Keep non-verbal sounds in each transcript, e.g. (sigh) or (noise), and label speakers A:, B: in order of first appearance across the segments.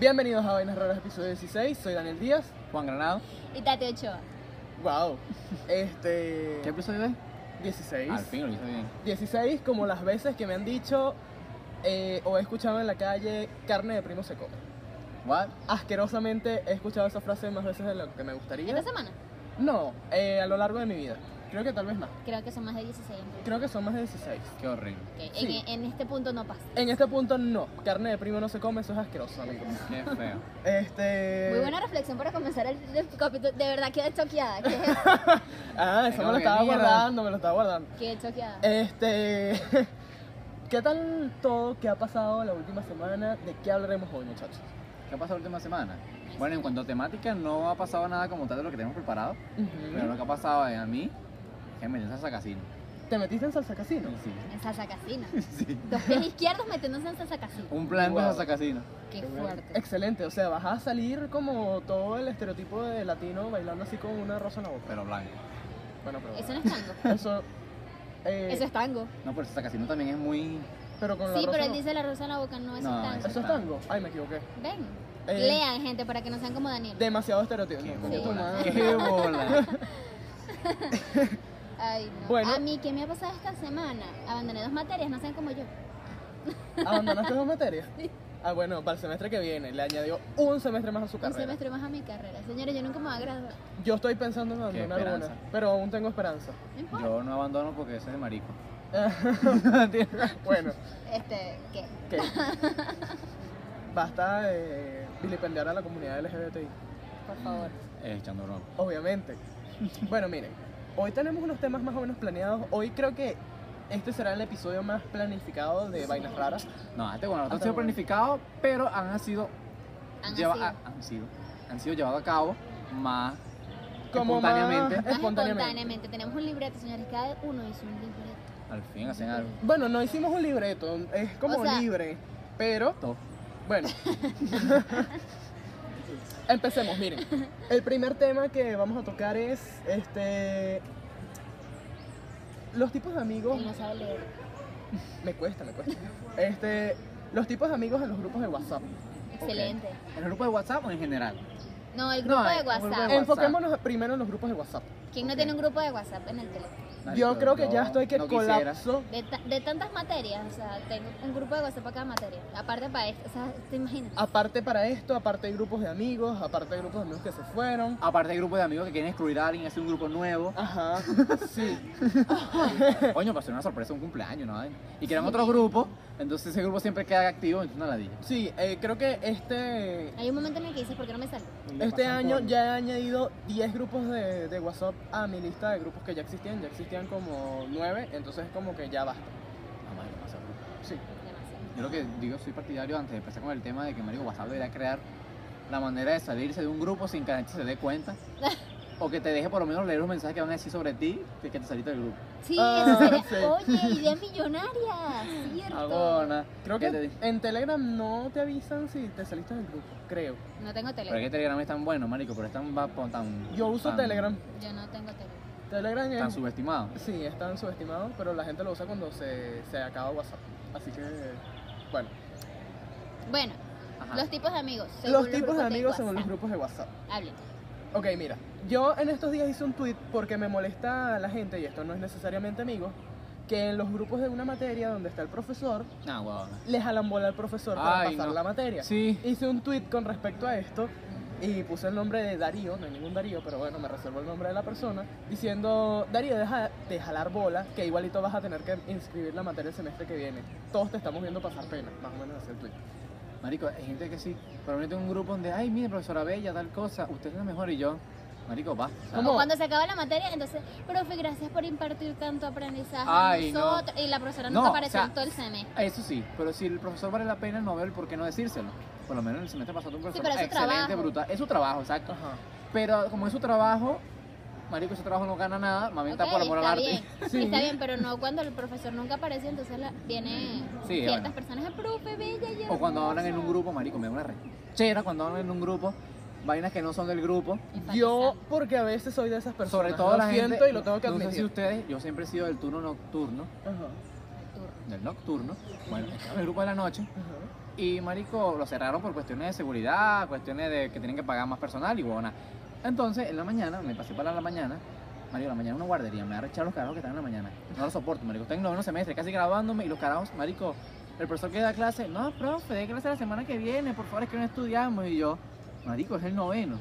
A: Bienvenidos a Vainas Raras, episodio 16. Soy Daniel Díaz.
B: Juan Granado.
C: Y Tati Ochoa.
A: Wow. Este.
B: ¿Qué episodio es?
A: 16.
B: Al fin lo hice bien.
A: 16, como las veces que me han dicho eh, o he escuchado en la calle, carne de primo se come.
B: What?
A: Asquerosamente he escuchado esa frase más veces de lo que me gustaría.
C: ¿Esta semana?
A: No, eh, a lo largo de mi vida. Creo que tal vez más.
C: Creo que son más de 16. en total.
A: Creo que son más de 16.
B: Qué horrible.
C: Ok,
A: Sí.
C: En, en este punto no pasa.
A: En este punto no, carne de primo no se come, eso es asqueroso, amigos.
B: Qué feo.
A: Este.
C: Muy buena reflexión para comenzar el, el capítulo. De verdad quedé choqueada. Quedé,
A: (laughs) Ah, eso me lo
B: Como que
A: estaba
B: mierda.
A: guardando, me lo estaba guardando.
C: quedé choqueada.
A: Este. (laughs) ¿Qué tal todo que ha pasado la última semana? ¿De qué hablaremos hoy, muchachos?
B: ¿Qué ha pasado la última semana? Bueno, en cuanto a temática, no ha pasado nada como tal de lo que tenemos preparado. Pero lo que ha pasado es a mí, que me esa casino.
A: ¿Te metiste en salsa casino?
B: Sí.
C: En salsa casino.
B: (laughs) sí.
C: Dos pies izquierdos metiéndose en salsa casino.
A: Uh,
B: Un plan
A: Wow.
B: de salsa casino.
C: Qué fuerte.
A: Excelente, o sea, vas a salir como todo el estereotipo de latino bailando así con una rosa en la boca.
B: Pero blanco.
A: bueno, pero.
C: Eso no es tango.
A: Eso. (laughs) eh,
C: Eso es tango.
B: No, pero salsa casino también es muy.
A: Pero con la
C: Sí,
A: rosa
C: pero
A: no.
C: él dice la rosa en la boca, no es
B: No,
C: un tango.
B: eso-
A: ¿Eso es tango? Ay, me equivoqué.
C: Ven.
A: Eh,
C: Lean, gente, para que no sean como Daniel.
A: Demasiado estereotipo.
B: Qué
A: Coño, tu
B: bola.
A: madre.
B: Qué (laughs) bola.
C: Ay, no.
A: Bueno.
C: A mí, ¿qué me ha pasado esta semana? Abandoné dos materias, no sean como yo.
A: (laughs) ¿Abandonaste dos materias? Ah, bueno, para el semestre que viene le añadió un semestre más a su
C: Un
A: carrera.
C: semestre más a mi carrera. Señores, yo nunca me voy a graduar.
A: Yo estoy pensando en
B: Qué
A: abandonar una,
B: esperanza.
A: pero aún tengo esperanza.
C: No importa.
B: Yo no abandono porque eso es de marico.
C: (laughs)
A: bueno,
C: Este, ¿qué? (laughs)
A: ¿qué? Basta de vilipendiar a la comunidad LGBTI,
C: Por favor.
B: Es chandorón.
A: obviamente. Bueno, miren, hoy tenemos unos temas más o menos planeados. Hoy creo que este será el episodio más planificado de Vainas Raras.
B: No, este bueno, no
A: Hasta
B: ha sido
A: bueno.
B: planificado, pero han sido
C: Han
B: lleva-
C: sido.
B: ha- han sido han sido llevados a cabo más
A: Como más-
B: espontáneamente.
C: Más
A: Espontáneamente.
C: espontáneamente. Tenemos un libreto, señores. Cada uno hizo un libreto.
B: Al fin hacen algo.
A: Bueno, no hicimos un libreto, es como
C: O sea-
A: libre, pero
B: Todo.
A: (laughs) Bueno, empecemos, miren. El primer tema que vamos a tocar es este los tipos de amigos.
C: Él no sabe leer.
A: Me cuesta, me cuesta. Este, los tipos de amigos en los grupos de WhatsApp.
C: Excelente.
B: ¿En el grupo de WhatsApp o en general?
C: No, el grupo
B: No,
C: de
B: el grupo de
C: WhatsApp.
B: WhatsApp.
A: Enfoquémonos primero en los grupos de WhatsApp.
C: ¿Quién no
B: Ok.
C: tiene un grupo de WhatsApp en el teléfono?
A: Yo
B: Marico,
A: creo que ya
B: yo
A: estoy que
B: no quisiera.
A: colapso.
C: De, ta- de tantas materias, o sea, tengo un grupo de WhatsApp para cada materia. Aparte para esto, o sea, te imaginas.
A: Aparte para esto, aparte hay grupos de amigos, aparte hay grupos de amigos que se fueron.
B: Aparte hay grupos de amigos que quieren excluir a alguien, hacer un grupo nuevo.
A: Ajá, (laughs) sí.
B: (laughs) Coño, pasó una sorpresa, un cumpleaños, ¿no? Y crean otro grupo, entonces ese grupo siempre queda activo, entonces una ladilla.
A: Sí, eh, creo que este
C: Hay un momento en el que dices, ¿por qué no me salgo?
A: Este año ya he añadido 10 grupos de, de WhatsApp a mi lista de grupos que ya existían. Ya existían como 9, entonces como que ya basta.
B: Ah, marico, demasiado grupo.
A: Sí.
C: Demasiado.
B: Yo lo que digo, soy partidario antes de empezar con el tema de que Marico WhatsApp debería crear la manera de salirse de un grupo sin que la gente se
A: (laughs)
B: dé cuenta. o que te deje por lo menos leer los mensajes que van a decir sobre ti, de que te saliste del grupo.
C: Sí,
A: Ah,
C: eso sería.
A: (laughs) sí. Ah,
C: Oye, idea millonaria. Cierto.
B: Agona.
A: Creo
B: ¿Qué te
A: que
B: dije?
A: en Telegram no te avisan si te saliste del grupo, creo.
C: No tengo
B: Pero es
C: teléfono.
B: que Telegram es tan bueno, marico, pero es tan... va- tan
A: Yo uso
B: tan-
A: Telegram.
C: Yo no tengo teléfono.
A: Telegram
B: Tan
A: es...
B: subestimado.
A: Sí, es tan subestimado, pero la gente lo usa cuando se, se acaba WhatsApp. Así que, bueno.
C: Bueno,
B: Ajá.
C: los tipos de amigos. según
A: Ah. los tipos de
C: grupos
A: amigos según los
C: WhatsApp.
A: grupos de WhatsApp.
C: Hablen.
A: Ok, mira, yo en estos días hice un tweet porque me molesta a la gente, y esto no es necesariamente amigos, que en los grupos de una materia donde está el profesor,
B: Ah, No, huevona.
A: le jalan bola al profesor para
B: Ay,
A: pasar
B: no.
A: la materia.
B: Sí.
A: Hice un tweet con respecto a esto y puse el nombre de Darío, no hay ningún Darío, pero bueno, me reservo el nombre de la persona, diciendo, Darío, deja de jalar bola, que igualito vas a tener que inscribir la materia el semestre que viene. Todos te estamos viendo pasar pena, más o menos así el tweet.
B: Marico, hay gente que sí. Pero yo tengo un grupo donde, ay, mire, profesora Bella, tal cosa, usted es la mejor y yo. Marico, va.
A: ¿Cómo?
C: O cuando se acaba la materia, entonces, profe, gracias por impartir tanto aprendizaje
B: Ay,
C: a
B: no.
C: nosotros. Y la profesora nunca
B: No,
C: apareció
B: o sea,
C: en todo el semestre.
B: Eso sí, pero si el profesor vale la pena, no veo el por qué no decírselo. Por lo menos en el semestre pasado un profesor
C: pero es su
B: excelente,
C: trabajo.
B: brutal. Es su trabajo, exacto.
A: Ajá.
B: Pero como es su trabajo, Marico, ese trabajo no gana nada, más bien
C: Ok,
B: está por amor al
C: está
B: arte.
C: bien,
A: Sí.
C: está bien, pero no cuando el profesor nunca aparece, entonces la- viene
B: Sí,
C: ciertas
B: bueno.
C: personas, profe, bella y
B: O cuando hablan en un
C: hermosa".
B: grupo, Marico, me da una rechera cuando hablan en un grupo, vainas que no son del grupo.
A: Yo,
C: Enfatizando.
A: porque a veces soy de esas personas,
B: Sobre todo
A: lo
B: la
A: siento
B: gente.
A: y lo tengo que
B: no sé si
A: admitir.
B: ustedes, yo siempre he sido del turno nocturno,
A: Ajá,
B: del nocturno, bueno, estaba en el grupo de la noche,
A: ajá.
B: Y marico, lo cerraron por cuestiones de seguridad, cuestiones de que tienen que pagar más personal y huevona. Entonces, en la mañana, me pasé para la mañana. Marico, la mañana es una guardería, me va a rechazar los carajos que están en la mañana. No lo soporto, marico. Estoy en noveno semestre, casi graduándome y los carajos, marico, el profesor que da clase, no, profe, de clase la semana que viene, por favor, es que no estudiamos. Y yo, marico, es el noveno.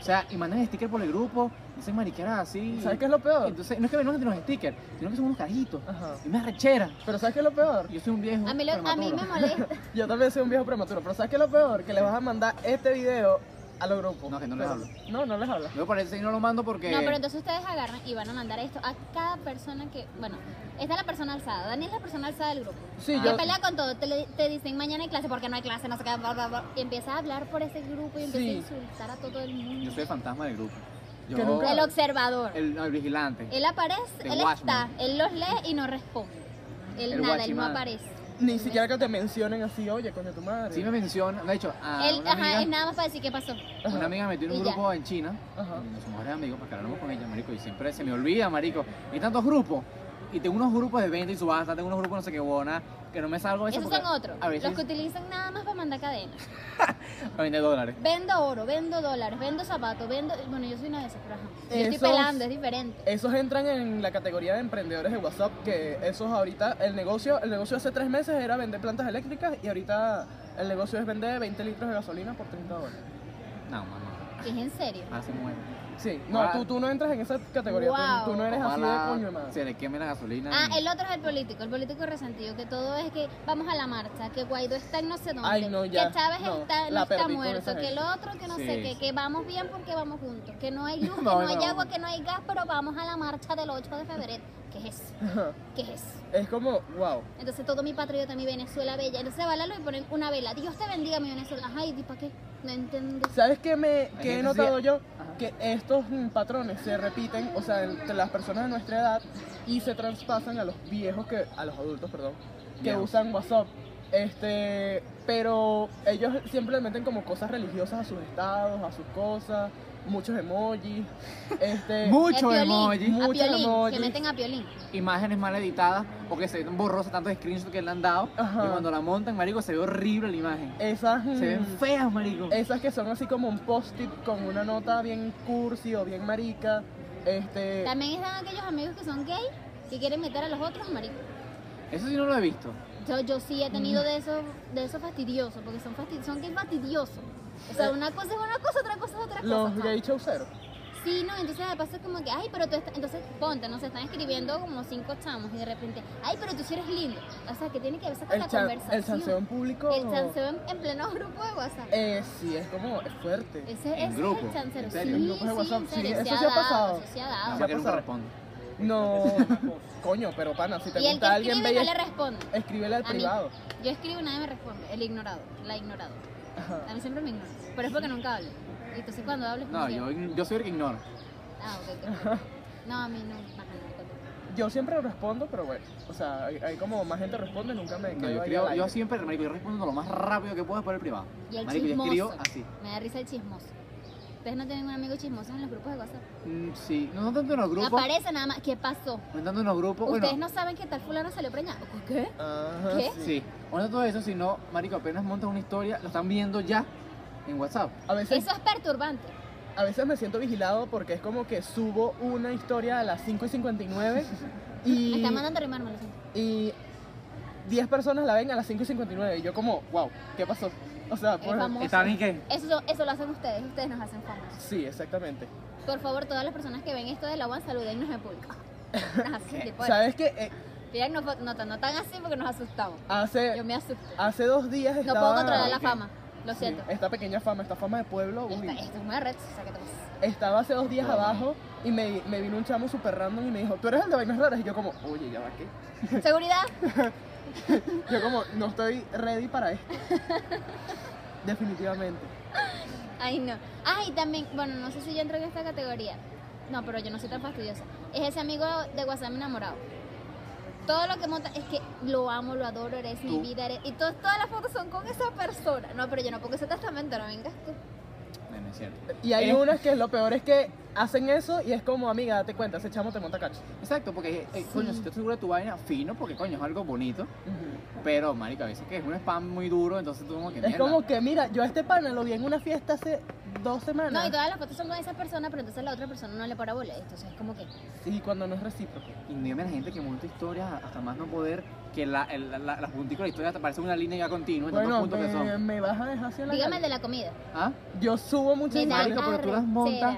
B: O sea, y mandan stickers por el grupo, dicen mariqueras así.
A: ¿Sabes qué es lo peor?
B: Entonces, no es que vengan de los stickers, sino que son unos carajitos.
A: Ajá.
B: Y me arrechera.
A: Pero ¿sabes qué es lo peor?
B: Yo soy un viejo.
C: A mí, lo- a mí
B: prematuro.
C: me molesta.
A: Yo también soy un viejo prematuro, pero ¿sabes qué es lo peor? Que le vas a mandar este video a los grupos.
B: No, que no les
A: Pero- No, no les hablo.
B: Luego parece (laughs) que no lo mando porque.
C: No, pero entonces ustedes agarran y van a mandar esto a cada persona que. Bueno, esta es la persona alzada. Dani es la persona alzada del grupo.
A: Sí,
C: Que
A: yo.
C: pelea con todo. Te, le- te dicen mañana hay clase porque no hay clase, no sé qué. bla, bla, bla. Y empieza a hablar por ese grupo y empieza
A: Sí.
C: a insultar a todo el mundo.
B: Yo soy el fantasma del grupo. Yo,
A: Que nunca-
C: El observador.
B: El, no, el vigilante.
C: Él aparece,
B: The
C: él
B: Watchman.
C: está, él los lee y no responde. Él
B: El
C: nada, él no
B: Watchman.
C: aparece.
A: Ni siquiera que te mencionen así, oye, coño, tu madre.
B: Sí me menciona. De hecho, a
C: Él,
B: Ah, una,
C: ajá, es
B: amiga,
C: nada más para decir qué pasó.
A: Ajá,
B: una amiga me metió en un
C: Y ya.
B: grupo en China.
A: Ajá.
B: Nos somos mejores amigos porque hablamos con ella, marico. Y siempre se me olvida, marico. Y tantos grupos. Y tengo unos grupos de 20 y subasta, tengo unos grupos no sé qué buena, que no me salgo de eso
C: Esos
B: porque
C: son otros.
B: A veces
C: Los que utilizan nada más para mandar cadenas.
B: a 20 dólares.
C: Vendo oro, vendo dólares, vendo zapatos, vendo. Bueno, yo soy una de esas, pero ajá. Yo estoy
A: Esos-
C: pelando, es diferente.
A: Esos entran en la categoría de emprendedores de WhatsApp, que esos ahorita, el negocio, el negocio hace tres meses era vender plantas eléctricas y ahorita el negocio es vender 20 litros de gasolina por 30 dólares.
B: No, mamá.
C: Es en serio.
B: Ahora se muere.
A: Sí, no,
B: Ah.
A: tú, tú no entras en esa categoría, tú-
C: Wow.
A: tú, no eres así de
B: Ojalá
A: coño de madre.
B: se le queme la gasolina.
C: Ah,
B: y-
C: el otro es el político, el político resentido, que todo es que vamos a la marcha, que Guaidó está en no sé dónde,
A: Ay, no, ya,
C: que Chávez
A: no,
C: está, no
A: la
C: está
A: perdí con
C: muerto,
A: esa
C: que el
A: gente.
C: otro que no
B: Sí,
C: sé qué,
B: sí.
C: que vamos bien porque vamos juntos,
A: (laughs)
C: que no hay luz, que
B: No,
C: no,
B: no.
C: hay agua, que no hay gas, pero vamos a la marcha del 8 de febrero. ¿Qué es eso? ¿Qué es eso?
A: Es como, wow.
C: Entonces todo mi patriota, mi Venezuela bella, entonces va la luz y ponen una vela, Dios te bendiga mi Venezuela, ay, ¿y para qué? No entiendo.
A: ¿Sabes qué, me,
B: Hay
A: qué
B: gente
A: he notado
B: así-
A: yo?
B: Ajá.
A: Que estos mm, patrones se repiten, o sea, entre las personas de nuestra edad y se traspasan a los viejos, que a los adultos, perdón, que
B: Viejos.
A: usan WhatsApp. Este, pero ellos siempre le meten como cosas religiosas a sus estados, a sus cosas, muchos emojis,
B: (laughs)
A: este,
B: Mucho
C: El piolín,
B: emoji.
C: a
A: Muchos
C: piolín,
A: emojis.
C: que meten a piolín.
B: imágenes mal editadas o que se ven borrosas tantos screenshots que le han dado
A: Ajá.
B: y cuando la montan, marico, se ve horrible la imagen.
A: esas, mm, Eh.
B: Se ven feas, marico.
A: esas que son así como un post-it con una nota bien cursi o bien marica, este,
C: También están aquellos amigos que son gay, que quieren meter a los otros maricos.
B: Eso sí no lo he visto.
C: Yo, yo sí he tenido
A: Mm.
C: de esos de esos fastidiosos, porque son fastid son gays fastidiosos. O sea, una cosa es una cosa, otra cosa es otra cosa.
A: Eh. los
C: ¿no?
A: gay chauceros.
C: Sí, no, entonces me pasa como que, ay, pero tú estás, entonces ponte, no se están escribiendo como cinco chamos y de repente, ay, pero tú sí eres lindo. O sea, que tiene que ver sacar
A: El,
C: la
A: chan,
C: conversación.
A: el chanceo en público.
C: El chanceo en, en pleno grupo de WhatsApp.
A: Eh, sí, es como, es fuerte.
C: Ese,
B: en
C: ese es
B: grupo,
C: el chanceo.
B: en
C: Sí,
B: serio, en
C: sí,
A: grupos de WhatsApp,
C: en
A: sí,
C: serio,
A: eso
C: se
A: sí ha
C: dado,
A: pasado.
C: eso sí ha dado.
A: se
B: Nada más
A: ha
B: que nunca
A: pasado.
B: respondo.
A: No, coño, pero pana, si te
C: Y el que
A: gusta alguien,
C: escribe
A: ve
C: no
A: y
C: le responde.
A: escríbele al
C: A mí.
A: privado.
C: Yo escribo y nadie me responde. El ignorado, la ignorada.
A: Ajá.
C: A mí siempre me ignoran. Pero es porque nunca hablo. Y Entonces cuando hablo es
B: No, yo, yo soy el que ignoro.
C: Ah, ok, ok. No, a mí no. ajá, no,
A: Yo siempre respondo, pero bueno, o sea, hay, hay como más gente responde, nunca me
B: No,
A: quedo
B: yo,
A: ahí
B: escribo-
A: al
B: yo
A: aire.
B: siempre, marico, yo respondo lo más rápido que puedo por el privado.
C: Y el
B: marico,
C: chismoso.
B: yo escribo así.
C: Me da risa el chismoso. Ustedes no tienen un amigo chismoso en los grupos de WhatsApp.
B: Mm, sí, no, no tanto en los grupos.
C: Aparece nada más. ¿Qué pasó?
B: No tanto en los grupos. Bueno,
C: Ustedes no saben que tal fulano salió preñado. ¿Qué?
A: Ajá,
C: ¿Qué?
A: Sí.
B: Sí. O no todo eso, sino, marico, apenas montas una historia, lo están viendo ya en WhatsApp.
A: A veces,
C: Eso es perturbante.
A: a veces me siento vigilado porque es como que subo una historia a las 5 y 59
C: (laughs) Me
A: y,
C: están mandando a rimarme, lo siento.
A: y 10 personas la ven a las 5 y 59 y yo como, wow, ¿qué pasó? O sea,
C: Es
A: pues...
C: famoso.
B: ¿Están en qué?
C: Eso, eso lo hacen ustedes. Ustedes nos hacen famosos.
A: Sí, exactamente.
C: Por favor, todas las personas que ven esto de la UAN, saludennos en público. Nos así, tipo,
A: ¿Sabes qué? Eh,
C: Miren, no, no, tan- no tan así porque nos asustamos.
A: hace,
C: Yo me asusto.
A: hace dos días
C: No
A: estaba...
C: puedo controlar la
B: ok.
C: fama. Lo
A: Sí,
C: siento.
A: esta pequeña fama, esta fama de pueblo. uy.
C: Esta, esto es una red. O sea, que te pasa?
A: Estaba hace dos días
B: Wow.
A: abajo y me, me vino un chamo super random y me dijo, tú eres el de vainas raras. Y yo como, oye, ya va qué.
C: (laughs) Seguridad.
A: Yo como, no estoy ready para
C: (laughs)
A: esto. Definitivamente.
C: Ay, no. Ay, también, bueno, no sé si yo entro en esta categoría. No, pero yo no soy tan fastidiosa. Es ese amigo de WhatsApp enamorado. Todo lo que monta es que lo amo, lo adoro, eres mi
B: Tú.
C: vida, eres... Y to- todas las fotos son con esa persona. No, pero yo no pongo ese testamento, no vengas tú.
B: Bueno, es cierto.
A: Y hay
B: Eh.
A: unas que lo peor es que hacen eso y es como, amiga, date cuenta, ese chamo te monta cacho.
B: Exacto, porque, eh, coño, si te seguro de tu vaina, fino, porque, coño, es algo bonito. Pero, marico, a veces que es un spam muy duro, entonces tú como que
A: Es
B: mierda.
A: como que, mira, yo a este pana lo vi en una fiesta hace dos semanas.
C: No, y todas las fotos son con esa persona, pero entonces la otra persona no le para bola. Entonces es como que.
A: Sí, cuando no es recíproco.
B: Y dígame la gente que monta historias hasta más no poder, que la, el- la- la- los punticos de la historia te parecen una línea ya continua, en tantos
A: Bueno,
B: puntos que
A: me,
B: son.
A: me vas a dejar así en la
C: Dígame
A: calle.
C: el de la comida.
B: ¿Ah?
A: Yo subo
C: Me
A: muchas
C: da
B: marico, pero tú las
C: arrechera.
B: montas.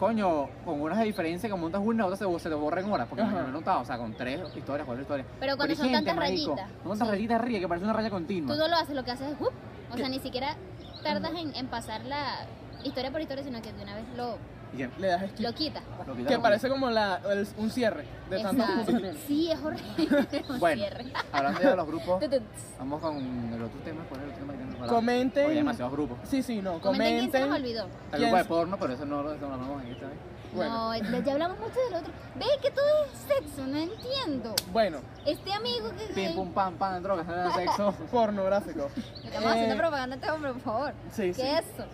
B: Coño, con horas de diferencia, que montas una, otra se, se te borran horas, porque
A: Ajá.
B: no he notado, o sea, con tres historias, cuatro historias.
C: Pero cuando
B: hay
C: son
B: gente,
C: tantas
B: marico,
C: rayitas.
B: Son tantas
C: sí.
B: rayitas arriba que parece una raya
C: Tú
B: continua.
C: no lo haces, lo que haces es. ¡up! O sea,
A: ¿Qué?
C: ni siquiera tardas en, en pasar la historia por historia, sino que de una vez lo,
B: Y que-
A: Le das skip.
C: Ah, lo quitas.
B: lo quitaron.
A: Que parece como la, el- un cierre de tantos
C: Exacto.
A: puntos que tiene.
C: (laughs) Sí, es horrible. (laughs) Un
B: Bueno.
C: cierre.
B: Hablando
C: (laughs)
B: ya de los grupos,
C: Tutut.
B: vamos con el otro tema, ¿cuál es el otro tema que tenemos? Comenten. Porque hay
A: Comenten.
B: demasiados grupos.
A: Sí, sí, no,
C: Comenten quién se nos
A: comenten.
C: olvidó.
B: Está el
A: ¿Quién
B: grupo de
A: es?
B: porno, pero eso no lo eso no lo hablamos en esta vez.
A: Bueno.
C: No, de- ya hablamos mucho del otro. Ve que todo es sexo, no entiendo.
A: Bueno,
C: Este amigo que.
B: Pim, pum, pam, pam,
A: (laughs)
B: drogas, nada, sexo.
A: pornográfico.
C: Le (laughs) Estamos haciendo
A: Eh,
C: propaganda a este hombre, por favor.
A: Sí, sí.
C: ¿Qué es eso?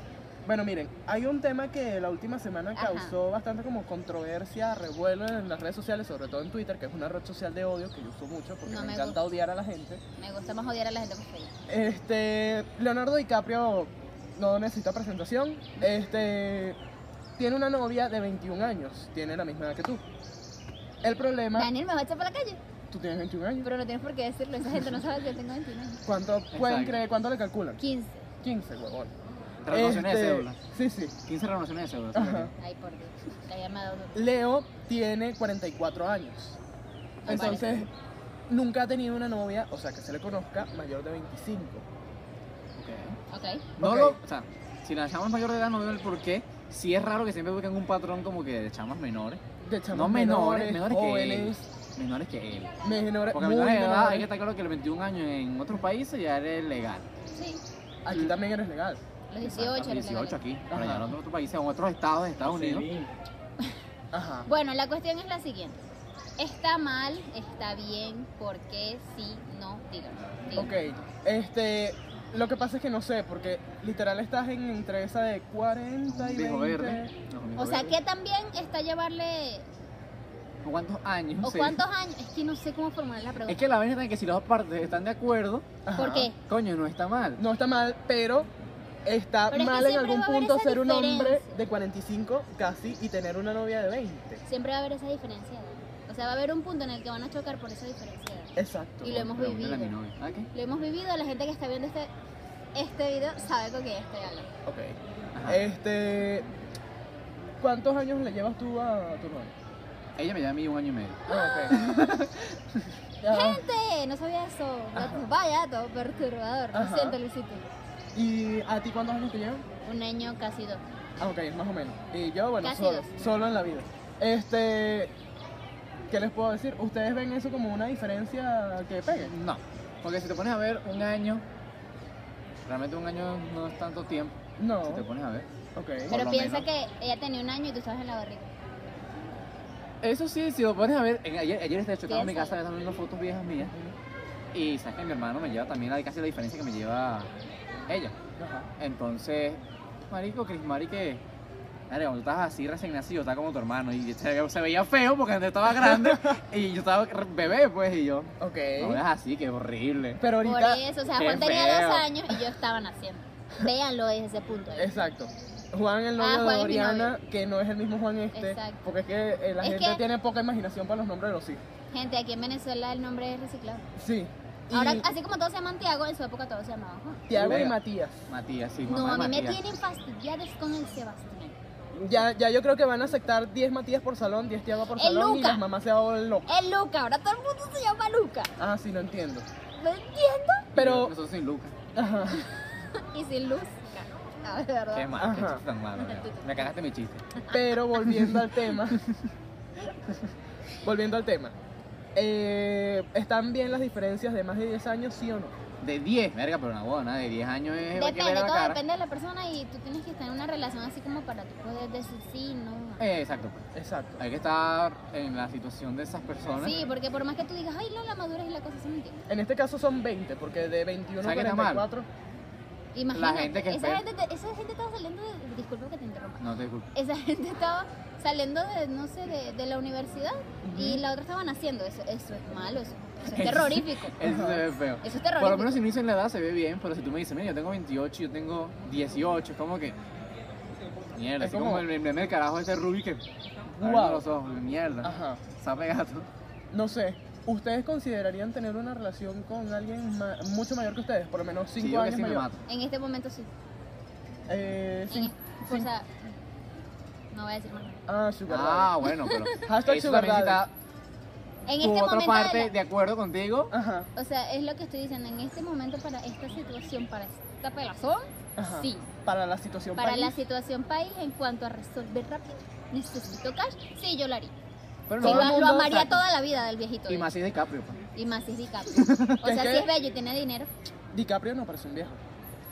A: Bueno, miren, hay un tema que la última semana
C: Ajá.
A: causó bastante como controversia, revuelo en las redes sociales, sobre todo en Twitter, que es una red social de odio que yo uso mucho porque
C: No
A: me,
C: me
A: encanta
C: gusta.
A: odiar a la gente.
C: Me gusta más odiar a la gente más feliz.
A: Este, Leonardo DiCaprio no necesita presentación. Este, tiene una novia de 21 años, tiene la misma edad que tú. El problema,
C: Daniel me va a echar para la calle.
A: tú tienes 21 años.
C: Pero no tienes por qué decirlo. Esa gente no sabe que yo tengo 21 años.
A: ¿Cuánto pueden
B: Exacto.
A: creer? ¿Cuánto le calculan?
C: 15.
A: 15, huevón.
B: Renovaciones de
A: Este,
B: cédula.
A: Sí, sí.
B: 15 renovaciones de cédula.
A: Ajá.
C: Ay, por Dios. La había dado duro.
A: Leo tiene 44 años.
C: Ah,
A: Entonces, nunca ha tenido una novia, o sea, que se le conozca, mayor de 25.
B: Ok.
C: Ok.
B: No
A: Ok.
B: lo, o sea, si la chama es mayor de edad no veo el porqué. Sí es raro que siempre buscan un patrón como que de chamas menores,
A: De chamos
B: No, menores, menores que
A: jóvenes,
B: menores que él.
A: menores,
B: Porque a
A: muy
B: menores de edad hay que
A: menores.
B: estar claro que los 21 años en otros países ya eres legal.
C: Sí.
A: Aquí también eres legal.
C: Los
B: Exacto,
C: 18. los
B: 18
C: legales.
B: Ah, aquí,
A: Ajá.
B: pero ya en otros países, en otros estados de Estados Unidos.
A: Ajá.
C: Bueno, la cuestión es la siguiente. Está mal, está bien, ¿por qué? Sí, no, díganlo. díganlo.
A: Ok, este, lo que pasa es que no sé, porque literal estás en entre esa de 40 y
B: Viejo
A: 20.
B: verde. los
C: O
B: amigos
C: sea,
B: verdes.
C: que también está llevarle...
B: ¿O ¿Cuántos años?
C: ¿O
B: Sí.
C: cuántos años? Es que no sé cómo formular la pregunta.
B: Es que la vaina es que si las dos partes están de acuerdo,
A: Ajá.
C: ¿Por qué?
B: coño, no está mal.
A: No está mal, pero está
C: Pero es que
A: mal en
C: siempre
A: algún
C: va a haber
A: punto
C: esa
A: ser un hombre
C: diferencia.
A: de 45 casi y tener una novia de 20.
C: Siempre va a haber esa diferencia. de edad. O sea, va a haber un punto en el que van a chocar por esa diferencia. de edad.
A: Exacto.
C: Y lo hemos
B: Pregúntale a mi
C: vivido.
B: novia. ¿Ah, qué?
C: Lo hemos vivido, la gente que está viendo este, este video sabe con qué estoy hablando.
A: Ok.
B: Ajá.
C: Eh,
A: Este. ¿Cuántos años le llevas tú a tu novia?
B: Ella me llama a mí un año y medio.
A: Ah, ok. (laughs) Ya.
C: ¡Gente! No sabía eso.
A: Ajá.
C: Vaya, todo perturbador.
A: Ajá.
C: Lo siento, Luisito.
A: ¿Y a ti cuántos años te llevan?
C: Un año casi dos.
A: Ah, ok, más o menos. Y yo, bueno,
C: Casi
A: solo,
C: dos.
A: solo en la vida. Este. ¿Qué les puedo decir? ¿Ustedes ven eso como una diferencia que pegue?
B: No, porque si te pones a ver un año, realmente un año no es tanto tiempo.
A: No.
B: Si te pones a ver,
A: Ok.
B: Por
C: Pero
B: lo
C: piensa
B: menos.
C: que ella tenía un año y tú estabas en la barriga.
B: eso sí, si lo pones a ver, en- ayer, ayer de hecho, estaba en mi
C: Piensa.
B: casa estaba viendo unas fotos viejas mías y sabes que mi hermano me lleva también la, casi la diferencia que me lleva ella.
A: Ajá.
B: Entonces, marico, Chris Mari que. Dale, cuando tú estás así recién nacido, estás como tu hermano. Y se, se veía feo porque antes
C: (laughs)
B: estaba grande y yo estaba re- bebé, pues, y yo.
A: Ok.
B: No es así, que horrible.
A: Pero
C: Por
A: ahorita.
C: eso, o sea,
B: qué
C: Juan tenía
B: feo.
C: dos años y yo estaba naciendo. Véanlo desde ese punto. de vista.
A: Exacto. Juan, el novio
C: Ah, Juan
A: de
C: es mi
A: Oriana, que no es el mismo Juan este.
C: Exacto.
A: Porque es que eh, la
C: Es
A: gente
C: que-
A: tiene poca imaginación para los nombres de los hijos.
C: Gente, aquí en Venezuela el nombre es reciclado.
A: Sí. Y
C: Ahora, así como todos se llaman Tiago, en su época todos se llamaban Juan.
A: Tiago y
B: Venga.
A: Matías.
B: Matías, sí,
C: No,
B: mamá
C: a mí
B: de
C: me
B: Matías.
C: tienen fastidiadas con el Sebastián.
A: Ya, ya yo creo que van a aceptar 10 Matías por salón, 10 Tiago por
C: El
A: salón y
C: Luca.
A: las mamás se van locas.
C: El Luca, ahora todo el mundo se llama Luca.
A: Ah, sí, lo entiendo.
C: ¿No entiendo?
A: Pero,
B: Nosotros sin Lucas.
A: ajá,
C: (laughs) Y sin luz. Ah, de
B: Qué
C: verdad.
B: mal, qué
A: Ajá.
B: chiste tan malo. ya. Me cagaste mi chiste.
A: pero volviendo al tema. volviendo al tema. Eh, ¿Están bien las diferencias de más de 10 años, sí o no?
B: De 10, verga, pero una buena, de 10 años es. hay que
C: Depende,
B: ver la
C: todo
B: cara.
C: depende de la persona y tú tienes que estar en una relación así como para tú poder decir sí, no.
B: Eh, exacto.
A: Exacto.
B: Hay que estar en la situación de esas personas.
C: Sí, porque por más que tú digas, ay, no, la madura es la cosa, eso no entiendo.
A: En este caso son 20, porque de 21 a
B: ¿Sabes qué está mal?
A: 44.
C: Imagínate,
B: gente que
C: esa,
B: espera.
C: gente te- esa gente estaba saliendo de... Disculpa que te interrumpa.
B: No te disculpo.
C: Esa (laughs) gente estaba saliendo de, no sé, de, de la universidad y
A: Ujú.
C: la otra estaba naciendo. Eso, eso es malo, eso,
B: (laughs)
C: eso es
B: Eso-
C: terrorífico.
B: Eso se ve feo.
C: Eso es
B: Por lo
C: terrorífico.
B: menos si no dicen la edad se ve bien, pero si tú me dices, mira, yo tengo 28, yo tengo 18, es como que. Mierda,
A: Es
B: así como,
A: como-
B: el el meme del carajo ese Ruby que. Wow.
A: Guau.
B: los ojos, mierda.
A: Ajá.
B: Sabe gato.
A: No sé, ¿ustedes considerarían tener una relación con alguien ma- mucho mayor que ustedes? Por lo menos 5
B: Sí, yo que
A: años
B: sí me
A: mayor.
B: mato.
C: En este momento sí.
A: Eh, sí.
C: En- este, o sea, no voy a decir más. nada.
A: Ah, Sugar
B: Ah, bueno, pero.
A: (laughs) Hashtag
B: eso
A: sugar
B: también está
A: daddy.
C: En
B: tu
C: este
B: otra
C: momento. de
B: parte
C: la-
B: de, acuerdo contigo.
A: daddy. Ajá.
C: O sea, es lo que estoy diciendo. En este momento, para esta situación, para esta pelazón,
A: Ajá.
C: sí.
A: Para la situación
C: Para
A: país.
C: la situación país, en cuanto a resolver rápido, necesito cash, sí, yo lo haría.
B: Pero
C: Sí,
A: Todo
C: lo,
A: el
C: lo
A: mundo
C: amaría
A: saca.
C: toda la vida del viejito.
B: Y
C: de
B: más si es DiCaprio. pues. pa.
C: hecho. y más si es
B: (laughs)
C: DiCaprio. O sea,
A: que-
C: si es bello y tiene dinero,
A: DiCaprio no parece un viejo.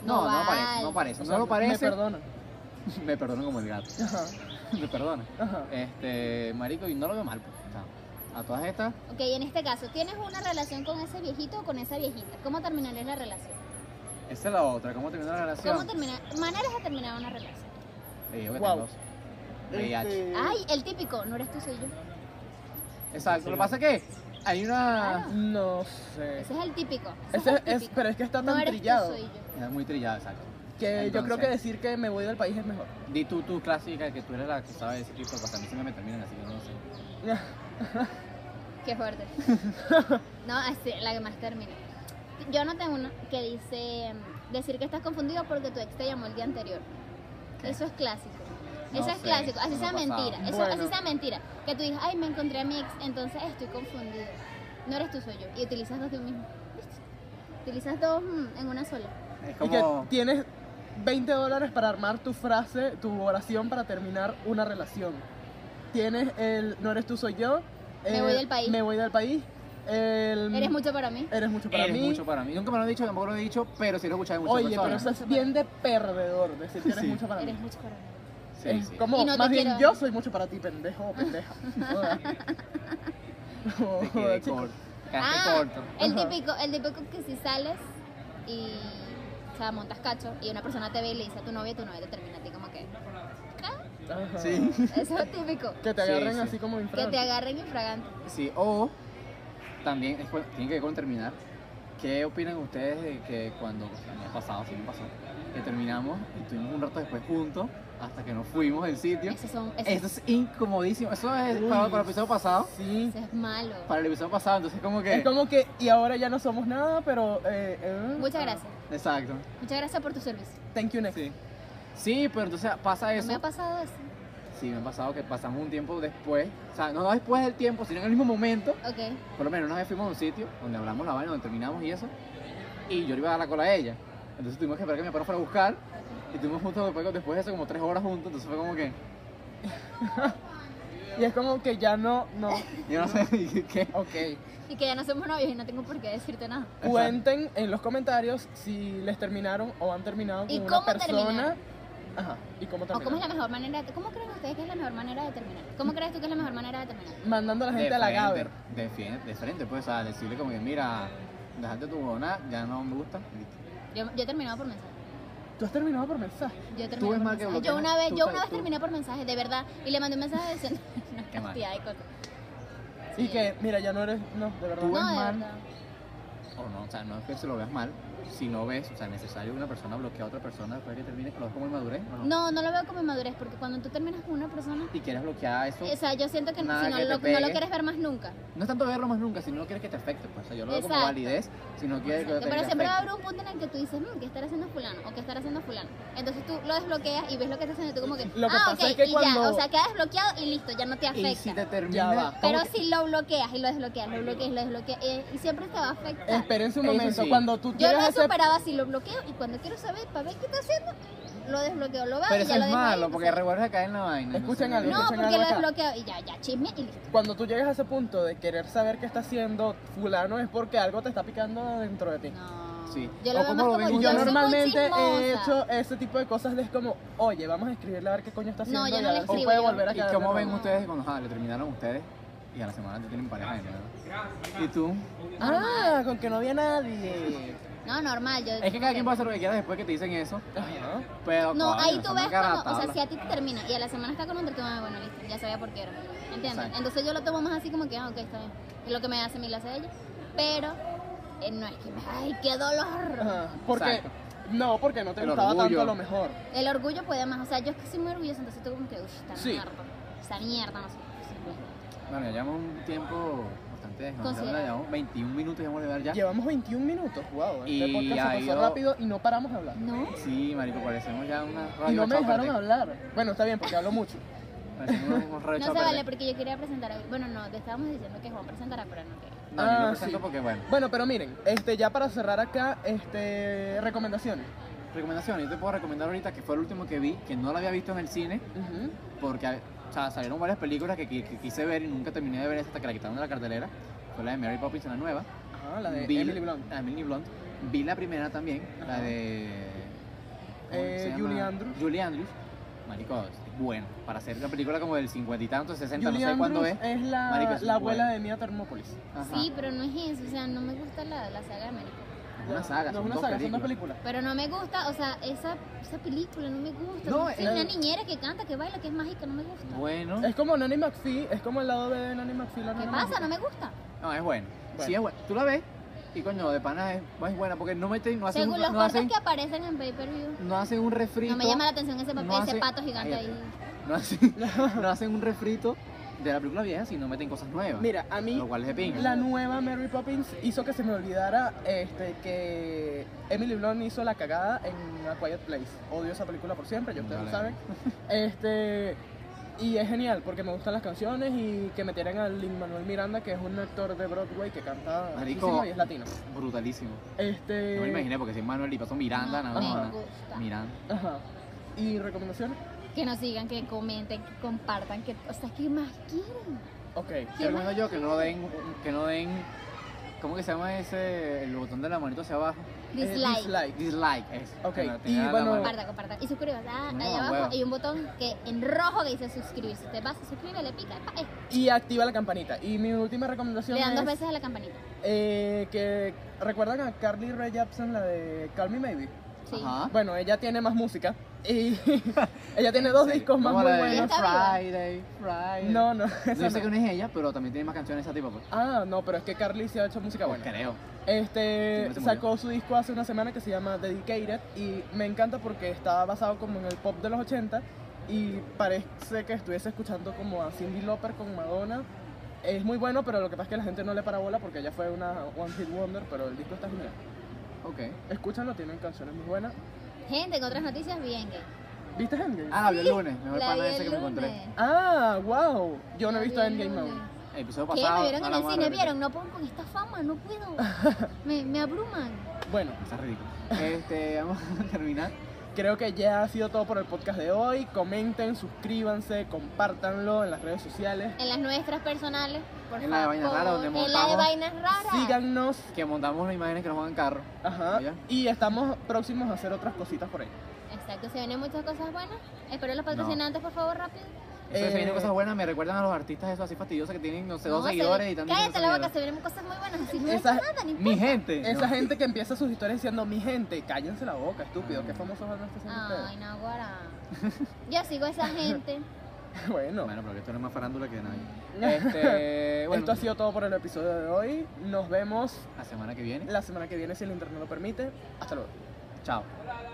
B: No,
C: no,
B: no, parece,
C: vale.
B: no parece.
A: O
B: No
A: sea,
B: lo parece.
A: Me perdonan.
B: (laughs) me perdono como el gato. (laughs)
A: Ajá.
B: me perdona.
A: Ajá.
B: Este, marico, y no lo veo mal. pues. O sea, a todas estas,
C: Ok, en este caso, ¿tienes una relación con ese viejito o con esa viejita? ¿Cómo terminarías la relación?
B: esa es la otra. ¿Cómo terminó la relación?
C: ¿Cómo terminar? Maneras de terminar una relación.
B: Te digo que
A: Wow.
B: tengo VIH.
A: Este,
C: Ay, el típico, no eres tú, soy yo.
B: Exacto. Lo que pasa es que hay una.
C: Claro.
A: No sé.
C: Ah. Ese es el típico.
A: Ese
C: Ese
A: es- es- pero es que está tan
C: no eres
A: trillado
C: tú, soy yo.
B: Es muy trillada, exacto.
A: que yo creo
B: Entonces-
A: que decir que me voy del país es mejor. (laughs)
B: Di tú tu clásica, que tú eres la que sabe ese tipo de cosas. A mí siempre me terminan así que no lo sé.
C: Qué
B: (laughs)
C: fuerte. no, así, la que más termina. Yo noté una que dice mm, decir que estás confundido porque tu ex te llamó el día anterior. Eso es clásico.
B: No
C: Eso es
B: sé,
C: clásico. Así
B: no me
C: sea
B: ha pasado.
C: mentira. Eso,
A: Bueno.
C: Así sea mentira. Que tú digas, ay, me encontré a mi ex, entonces estoy confundido. No eres tú, soy yo. Y utilizas dos de un mismo. ¿Viste? Utilizas dos mm, en una sola.
B: Es
A: Y que
B: como.
A: tienes 20 dólares para armar tu frase, tu oración para terminar una relación. Tienes el no eres tú, soy yo.
C: Me
A: el
C: voy del país.
A: Me voy del país.
B: Mm.
A: El,
C: Eres mucho para mí.
A: Eres mucho para
B: eres
A: mí.
B: mucho para mí. Nunca me lo han dicho, tampoco lo he dicho, pero sí lo he escuchado de muchas
A: Oye, pero
B: personas.
A: eso es bien de perdedor decir que eres
B: Sí.
A: mucho para
C: Eres
A: mí.
C: mucho para mí.
B: Sí,
A: es
B: sí.
A: como,
C: Y no te
A: más bien,
C: quiero.
A: yo soy mucho para ti, pendejo
C: (laughs)
A: o pendeja. Joda. No,
B: Te
A: joda,
B: quedé
A: (laughs) chico.
B: corto. Quedaste corto.
C: Ah, El
A: Ajá.
C: típico, el típico que si sales y o sea, montas cacho y una persona te ve y le dice a tu novia, tu novia te termina a ti como que.
A: Ajá.
B: Sí.
C: Eso es típico.
A: Que te
B: Sí,
A: agarren
B: sí.
A: así como
C: Que te
A: infragante.
C: agarren infragante.
B: Sí, o también es cu- tiene que ver con terminar. ¿Qué opinan ustedes de que cuando a mí me ha pasado, sí me pasó, que terminamos y estuvimos un rato después juntos hasta que nos fuimos del sitio?
C: Eso, son, eso,
B: Eso es incomodísimo. Eso es
A: Uy,
B: para, para el episodio pasado.
A: Sí.
C: eso es malo.
B: Para el episodio pasado, entonces como que...
A: Es como que, y ahora ya no somos nada, pero. Eh, eh,
C: Muchas
A: ah,
C: gracias.
B: Exacto.
C: Muchas gracias por tu servicio.
A: Thank you, next.
B: Sí. Sí, pero entonces pasa
C: No
B: eso.
C: me ha pasado eso.
B: sí, me ha pasado que pasamos un tiempo después. O sea, no después del tiempo, sino en el mismo momento.
C: Ok.
B: Por lo menos una vez fuimos a un sitio donde hablamos la vaina, donde terminamos y eso, y yo le iba a dar la cola a ella. Entonces tuvimos que esperar que mi papá fuera a buscar, y estuvimos juntos después, después de eso, como tres horas juntos, entonces fue como que,
A: Y es como que ya no,
B: (laughs)
A: no.
B: yo no sé, y que- que
A: Ok.
C: Y que ya no somos novios y no tengo por qué decirte nada.
A: Cuenten en los comentarios si les terminaron o han terminado
C: ¿Y
A: con una
C: cómo
A: persona.
C: terminaron?
A: Ajá. ¿Y cómo
C: ¿O cómo es
A: terminaron?
C: la mejor manera? De, ¿Cómo creen ustedes que es la mejor manera de terminar? ¿Cómo crees tú que es la mejor manera de terminar?
A: Mandando a la gente a la Gaber.
B: De, frente, de frente, pues, a decirle como que, mira, dejate tu huevona, ya no me gusta.
C: Yo, yo he terminado por mensaje.
A: ¿Tú has terminado por mensaje?
C: Yo terminé
B: Tú
C: por
B: es más que
C: mensaje.
B: bloqueas,
C: Yo una vez,
B: tú
C: yo
B: sabes,
C: una vez
B: tú-
C: terminé por mensaje, de verdad. Y le mandé un mensaje diciendo (laughs) una
B: Qué mal.
C: cantidad de cosas.
A: Y
C: Sí.
A: que, mira, ya no eres. No, de verdad.
B: Tú
C: No,
B: es
C: de
B: mal.
C: verdad.
B: O no, o sea, no es que se lo veas mal, si no ves, o sea, necesario que una persona bloquea a otra persona después de que termines, lo ves como inmadurez, ¿o no?
C: No, no lo veo como inmadurez, porque cuando tú terminas con una persona,
B: Y quieres bloquear eso,
C: o sea, yo siento que no-
B: Nada
C: si no,
B: que te
C: lo, no
B: pegue.
C: lo quieres ver más nunca.
B: no es tanto verlo más nunca, si no quieres que te afecte, pues, o sea, yo lo veo como
C: Exacto.
B: validez, si no quieres que
C: Exacto,
B: te
C: Pero
B: te
C: siempre va a
B: afecte.
C: haber un punto en el que tú dices, mmm, ¿qué estará haciendo fulano? ¿O qué estará haciendo fulano? Entonces tú lo desbloqueas y ves lo que está haciendo y tú como que,
A: Lo que
C: ah,
A: pasa
C: ok,
A: es que
C: y
A: cuando-
C: ya, o sea, queda desbloqueado y listo, ya no te afecta.
B: Y si te
A: Ya
B: termina,
A: va.
C: Pero
B: ¿cómo que-
C: si lo bloqueas y lo desbloqueas, lo bloqueas y lo desbloqueas, eh, y siempre te va a afectar.
A: Espérense un
B: Eso
A: momento.
B: sí.
A: Cuando tú
C: Yo lo
A: quieres
C: he
A: hacer.
C: superado así, lo bloqueo y cuando quiero saber para ver qué está haciendo, lo desbloqueo, lo veo
B: pero
C: y
B: eso
C: ya lo dejo
B: es
C: ahí,
B: malo,
C: entonces-
B: porque revuelves a caer en la vaina.
A: Escuchen
B: entonces-
A: algo,
C: No,
A: escuchen
C: porque lo
A: acá.
C: desbloqueo y ya, ya, chisme y listo.
A: Cuando tú llegas a ese punto de querer saber qué está haciendo fulano es porque algo te está picando dentro de ti.
C: No.
B: Sí.
C: Yo
B: O
C: lo veo
B: como
C: más
B: lo
C: como
B: ven
A: Y
B: Yo
A: yo
B: soy muy
A: normalmente he
C: chismosa.
A: hecho ese tipo de cosas de es como, oye, vamos a escribirle a ver qué coño está
C: No,
A: haciendo.
C: yo
A: y
C: no
A: a
C: le
A: ver si
C: escribo,
A: puede
C: yo no.
A: volver a
B: ¿Y
A: caer de
B: cómo ven
A: nuevo.
B: ustedes cuando ah, le terminaron ustedes y a la semana te tienen pareja de nuevo? ¿Y tú?
A: Ah, con que no había nadie.
C: No, normal, yo...
B: Es que cada quien puede hacer lo que quiera después que te dicen eso.
A: Ajá.
B: Pero.
C: No,
B: coño,
C: ahí tú
B: son
C: ves
B: una cara
C: cuando, o sea,
B: tabla.
C: si a ti te termina y a la semana está con un tratamiento, bueno, listo, ya sabía por qué era. ¿Entiendes?
B: Exacto.
C: Entonces yo lo tomo más así como que, ah, ok, está bien. Es lo que me hace mi clase de ella. Pero eh, no es que me, ay, qué dolor.
A: Ajá. Porque,
B: Exacto.
A: no, porque no te
B: El
A: gustaba
B: orgullo.
A: tanto a lo mejor.
C: El orgullo puede más, o sea, yo es que soy muy orgullosa, entonces tú como que, uff, está
A: Sí.
C: mierda. Esta mierda, no sé.
B: Bueno, ya llevamos un tiempo bastante. No,
C: Considerable.
B: llevamos 21 minutos, ya vamos a llevar ya.
A: Llevamos 21 minutos, wow. Este
B: Y
A: podcast
B: ha
A: se pasó
B: ido-
A: rápido y no paramos de hablar.
C: No,
B: Sí, marico, parecemos ya una
A: Y
B: radio
A: no me
B: chao,
A: dejaron
B: perdido.
A: hablar. Bueno, está bien, porque hablo mucho.
B: Parecemos un radio
C: (laughs) no se
B: chao,
C: vale
B: perdido.
C: porque yo quería presentar, a- bueno, no, te estábamos diciendo que Juan presentará, pero no que.
B: No, yo
A: Ah,
B: lo presento
A: sí.
B: porque, bueno.
A: Bueno, pero miren, este, ya para cerrar acá, este, recomendaciones.
B: Recomendaciones. Yo te puedo recomendar ahorita que fue el último que vi, que no lo había visto en el cine,
A: Ujú.
B: porque ah, o sea, salieron varias películas que, qui- que quise ver y nunca terminé de ver hasta que la quitaron de la cartelera. Fue la de Mary Poppins, la nueva.
A: Ajá, Ah, la de
B: Vi-
A: Emily Blunt.
B: la de Emily Blunt. Vi la primera también, la
A: Ajá.
B: de. ¿cómo
A: Eh,
B: se llama?
A: Julie Andrews.
B: Julie Andrews. Marico, es bueno. Para hacer una película como del 50 y tantos, 60,
A: Julie
B: no sé cuándo es.
A: Andrews eh, es la,
B: Marico, es
A: la abuela
B: buena.
A: de Mia Thermopolis.
B: Ajá.
C: Sí, pero no es eso, o sea, no me gusta la, la saga de América.
B: Es una saga,
A: No
B: son
A: es una
B: dos
A: saga, son dos
B: películas.
A: películas.
C: Pero no me gusta, o sea, esa, esa película no me gusta.
B: No,
C: No, sé,
B: eh,
C: una niñera que canta, que baila, que es mágica, no me gusta.
B: Bueno.
A: Es como Nanny McPhee, es como el lado B de Nanny McPhee. La
C: ¿Qué
A: nana
C: pasa?
A: mágica.
C: No me gusta.
B: No, es bueno.
A: Bueno.
B: Sí, es bueno. Tú la ves y coño, de pana es, es buena porque no meten, no hacen,
C: Según
B: un,
C: los
B: no
C: cortes
B: hacen,
C: que aparecen en Pay Per View.
B: no hacen un refrito.
C: No me llama la atención ese, papel,
B: no
C: ese
B: hace-
C: pato gigante
B: Cállate.
C: ahí.
B: (laughs) no hacen, no hacen un refrito de la película vieja, sino meten cosas nuevas.
A: Mira, a mí
B: lo cual es de pinga.
A: la nueva Mary Poppins hizo que se me olvidara este, que Emily Blunt hizo la cagada en A Quiet Place. Odio esa película por siempre, ya ustedes lo
B: Vale.
A: saben. (laughs) Este, y es genial porque me gustan las canciones y que metieran a Lin Manuel Miranda, que es un actor de Broadway que canta
B: Marico.
A: muchísimo y es latino.
B: Brutalísimo.
A: Este,
B: No me imaginé porque si Manuel y pasó Miranda,
C: no,
B: nada
C: me
B: más.
C: gusta.
B: Miranda.
A: Ajá. ¿Y recomendaciones?
C: Que nos digan, que comenten, que compartan, que, o sea, ¿qué más quieren?
A: Ok.
B: Te recomiendo yo que no den, que no den, ¿cómo que se llama ese? El botón de la manito hacia abajo.
A: Eh,
C: Dislike.
B: Dislike, eso.
A: Ok,
B: Que la
A: y
B: tenga la
A: bueno-
B: mano-
C: Compartan, compartan. Y suscríbanse. Ah,
B: No,
C: allá abajo
B: huevo.
C: hay un botón que en rojo que dice suscribir. Si te vas a suscribir, le pica. pa, eh,
A: Y activa la campanita. Y mi última recomendación
C: le dan dos
A: es
C: veces a la campanita.
A: eh, que recuerdan a Carly Rae Jepsen, la de Call Me Maybe.
C: Sí.
B: Ajá.
A: Bueno, ella tiene más música
C: (laughs)
A: y (laughs) ella tiene dos
B: serio?
A: discos más
B: Como
A: muy
B: la de
A: buenos.
C: Está
B: Friday, Friday.
A: No, (laughs) no.
B: No
A: esa
B: sé
A: no.
B: quién es ella, pero también tiene más canciones esa tipo, pues.
A: Ah, no, pero es que Carly se ha hecho música
B: Bueno,
A: buena.
B: creo.
A: Este
B: Sí, me se
A: sacó su disco hace una semana que se llama Dedicated y me encanta porque está basado como en el pop de los 80 y parece que estuviese escuchando como a Cindy Lauper con Madonna. Es muy bueno, pero lo que pasa es que la gente no le para bola porque ella fue una One Hit Wonder, pero el disco está genial.
B: Ok.
A: Escúchanlo, tienen canciones muy buenas.
C: Gente, con otras noticias, bien. gay.
A: ¿Viste Endgame?
B: Ah, la vi el lunes, mejor
C: La vi
B: pana ese
C: el
B: que me encontré.
C: lunes.
A: Ah, wow. Yo no he
C: La
A: visto
C: vi el
A: Endgame aún.
C: lunes.
B: El episodio
C: Que me
B: pasado.
C: vieron
B: no
C: en
B: la
C: el
B: vamos a
C: cine,
B: repetir.
C: vieron, no puedo con esta fama, no
B: (laughs)
C: puedo. Me, me abruman.
A: Bueno,
B: Eso es ridículo. Este, (laughs) vamos a terminar.
A: creo que ya ha sido todo por el podcast de hoy. Comenten, suscríbanse, compártanlo en las redes sociales.
C: En las nuestras personales, por favor.
B: En la de vainas raras, donde
C: En la de
B: montamos.
C: vainas raras.
A: Síganos.
B: Que montamos unas imágenes que nos van en carro.
A: Ajá.
B: Ya.
A: Y estamos próximos a hacer otras cositas por ahí.
C: Exacto, se vienen muchas cosas buenas. Espero los patrocinantes, por favor, rápido.
B: Eso
A: Eh.
B: se vienen cosas buenas, me recuerdan a los artistas esos así fastidiosos que tienen, no sé, dos
C: No, se-
B: seguidores y tantos.
C: Cállate la boca,
B: seguidores.
C: se vienen cosas muy buenas. Así no
A: Esa-
C: he hecho nada, ni
B: Mi gente.
A: Esa
B: No.
A: gente que empieza sus historias diciendo, mi gente, cállense la boca, estúpido,
B: Ah.
A: qué famosos van a estar siendo
C: Ay,
A: ustedes.
C: no, ahora. Yo sigo a esa gente.
A: (laughs) Bueno,
B: Bueno, pero que esto no es más farándula que de nadie. Este, (laughs) bueno,
A: esto ha sido todo por el episodio de hoy. Nos vemos
B: la semana que viene.
A: la semana que viene si el internet lo permite. Hasta luego.
B: Chao.